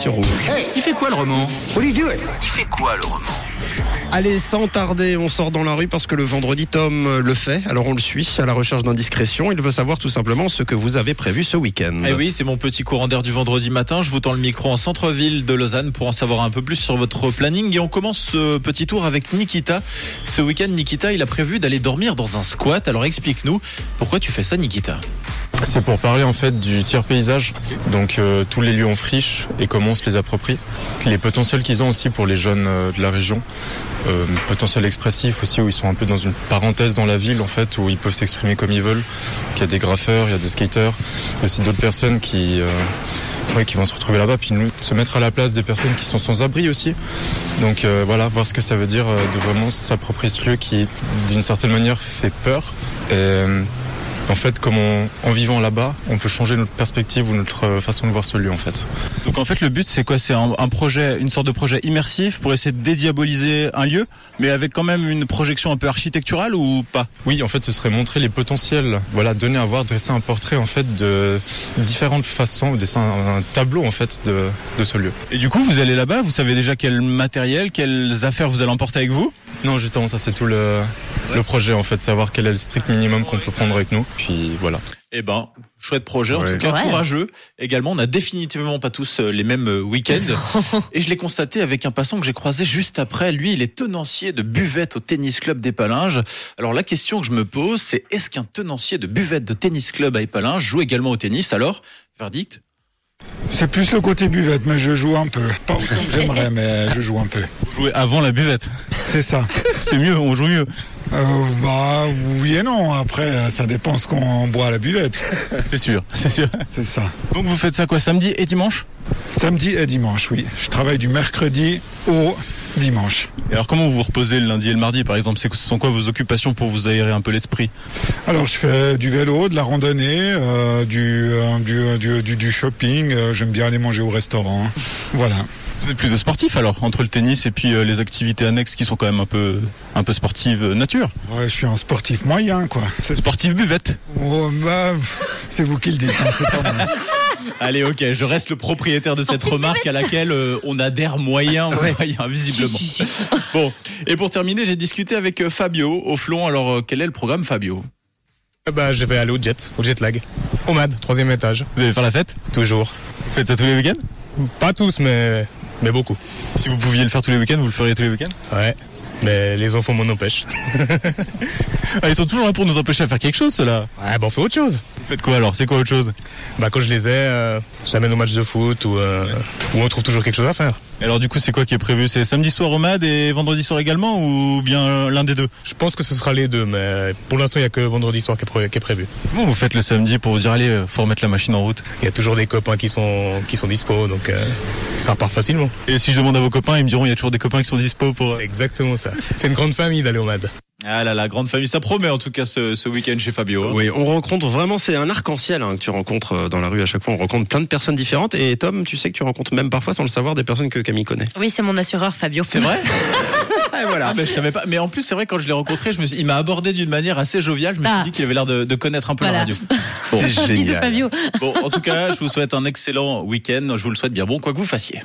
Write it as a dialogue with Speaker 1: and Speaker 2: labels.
Speaker 1: Sur Rouge. Il fait quoi le roman Allez, sans tarder, on sort dans la rue parce que le vendredi, Tom euh, le fait. Alors on le suit à la recherche d'indiscrétion. Il veut savoir tout simplement ce que vous avez prévu ce week-end.
Speaker 2: Eh oui, c'est mon petit courant d'air du vendredi matin. Je vous tends le micro en centre-ville de Lausanne pour en savoir un peu plus sur votre planning. Et on commence ce petit tour avec Nikita. Ce week-end, Nikita, il a prévu d'aller dormir dans un squat. Alors explique-nous pourquoi tu fais ça, Nikita.
Speaker 3: C'est pour parler en fait du tiers paysage. Donc euh, tous les lieux ont friche et comment on se les approprie. Les potentiels qu'ils ont aussi pour les jeunes euh, de la région. Euh, potentiel expressif aussi où ils sont un peu dans une parenthèse dans la ville en fait où ils peuvent s'exprimer comme ils veulent. Donc, Il y a des graffeurs, il y a des skateurs, il y a aussi d'autres personnes qui euh, ouais, qui vont se retrouver là-bas puis nous se mettre à la place des personnes qui sont sans abri aussi. Donc euh, voilà, voir ce que ça veut dire euh, de vraiment s'approprier ce lieu qui d'une certaine manière fait peur et euh, en fait, comme on- en vivant là-bas, on peut changer notre perspective ou notre euh, façon de voir ce lieu, en fait.
Speaker 2: Donc en fait, le but, c'est quoi C'est un, un projet, une sorte de projet immersif pour essayer de dédiaboliser un lieu, mais avec quand même une projection un peu architecturale ou pas
Speaker 3: Oui, en fait, ce serait montrer les potentiels. Voilà, donner à voir, dresser un portrait, en fait, de différentes façons, dresser un, un tableau, en fait, de, de ce lieu.
Speaker 2: Et du coup, vous allez là-bas, vous savez déjà quel matériel, quelles affaires vous allez emporter avec vous
Speaker 3: Non, justement, ça, c'est tout le, le projet, en fait, savoir quel est le strict minimum qu'on peut prendre avec nous. Puis voilà.
Speaker 2: Eh ben, chouette projet, en
Speaker 1: Ouais.
Speaker 2: tout cas
Speaker 4: Ouais.
Speaker 2: courageux. Également, on n'a définitivement pas tous euh, les mêmes euh, week-ends. Et je l'ai constaté avec un passant que j'ai croisé juste après. Lui, il est tenancier de buvette au tennis club d'Épalinges. Alors la question que je me pose, c'est est-ce qu'un tenancier de buvette de tennis club à Épalinges joue également au tennis Alors, verdict
Speaker 5: C'est plus le côté buvette, mais je joue un peu. Pas autant que j'aimerais, mais je joue un peu.
Speaker 2: Jouer avant la buvette.
Speaker 5: C'est ça.
Speaker 2: C'est mieux, on joue mieux.
Speaker 5: Euh, bah oui et non. Après, euh, ça dépend ce qu'on boit à la buvette.
Speaker 2: C'est sûr, c'est sûr.
Speaker 5: C'est ça.
Speaker 2: Donc vous faites ça quoi samedi et dimanche
Speaker 5: Samedi et dimanche, oui. Je travaille du mercredi au dimanche.
Speaker 2: Et alors comment vous vous reposez le lundi et le mardi par exemple C'est- Ce sont quoi vos occupations pour vous aérer un peu l'esprit
Speaker 5: Alors, je fais du vélo, de la randonnée, euh, du, euh, du, euh, du, du- du shopping. Euh, J'aime bien aller manger au restaurant. Voilà.
Speaker 2: Vous êtes plus de sportif alors, entre le tennis et puis euh, les activités annexes qui sont quand même un peu, un peu sportives euh, nature.
Speaker 5: Ouais, je suis un sportif moyen, quoi. C'est
Speaker 2: Sportive buvette.
Speaker 5: oh, bah, c'est vous qui le dites, hein, c'est pas moi.
Speaker 2: Allez, ok, je reste le propriétaire de cette remarque à laquelle euh, on adhère moyen, moyen, visiblement. Bon, et pour terminer, j'ai discuté avec euh, Fabio au flon. Alors, euh, quel est le programme, Fabio
Speaker 6: Bah, je vais aller au jet, au jet lag. Au MAD, troisième étage.
Speaker 2: Vous allez faire la fête
Speaker 6: Toujours.
Speaker 2: Vous faites ça tous les week-ends
Speaker 6: Pas tous, mais, mais beaucoup.
Speaker 2: Si vous pouviez le faire tous les week-ends, vous le feriez tous les week-ends
Speaker 6: Ouais. Mais les enfants m'en empêchent.
Speaker 2: ah, Ils sont toujours là pour nous empêcher à faire quelque chose, cela.
Speaker 6: Ouais, bah, on fait autre chose.
Speaker 2: Vous faites quoi alors C'est quoi autre chose
Speaker 6: Bah, quand je les ai, euh, j'amène au match de foot ou, euh, ou on trouve toujours quelque chose à faire.
Speaker 2: Alors, du coup, c'est quoi qui est prévu C'est samedi soir au MAD et vendredi soir également ou bien euh, l'un des deux
Speaker 6: Je pense que ce sera les deux, mais pour l'instant, il n'y a que vendredi soir qui est, pré- qui est prévu.
Speaker 2: Comment vous faites le samedi pour vous dire allez, euh, faut remettre la machine en route
Speaker 6: Il y a toujours des copains qui sont, qui sont dispo, donc euh, ça repart facilement.
Speaker 2: Et si je demande à vos copains, ils me diront il y a toujours des copains qui sont dispo pour.
Speaker 6: C'est exactement ça. C'est une grande famille d'aller au MAD.
Speaker 2: Ah là là, grande famille, ça promet en tout cas ce, ce week-end chez Fabio. hein.
Speaker 1: Oui, on rencontre vraiment, c'est un arc-en-ciel hein, que tu rencontres euh, dans la rue à chaque fois. On rencontre plein de personnes différentes. Et Tom, tu sais que tu rencontres même parfois, sans le savoir, des personnes que Camille connaît.
Speaker 4: Oui, c'est mon assureur Fabio.
Speaker 2: C'est vrai Et voilà. Ah, mais je savais pas. Mais en plus, c'est vrai, quand je l'ai rencontré, je me suis... il m'a abordé d'une manière assez joviale. Je me suis
Speaker 4: Ah.
Speaker 2: dit qu'il avait l'air de, de connaître un peu la
Speaker 4: Voilà.
Speaker 2: radio.
Speaker 4: Bisous Fabio.
Speaker 2: Bon, en tout cas, je vous souhaite un excellent week-end. Je vous le souhaite bien bon, quoi que vous fassiez.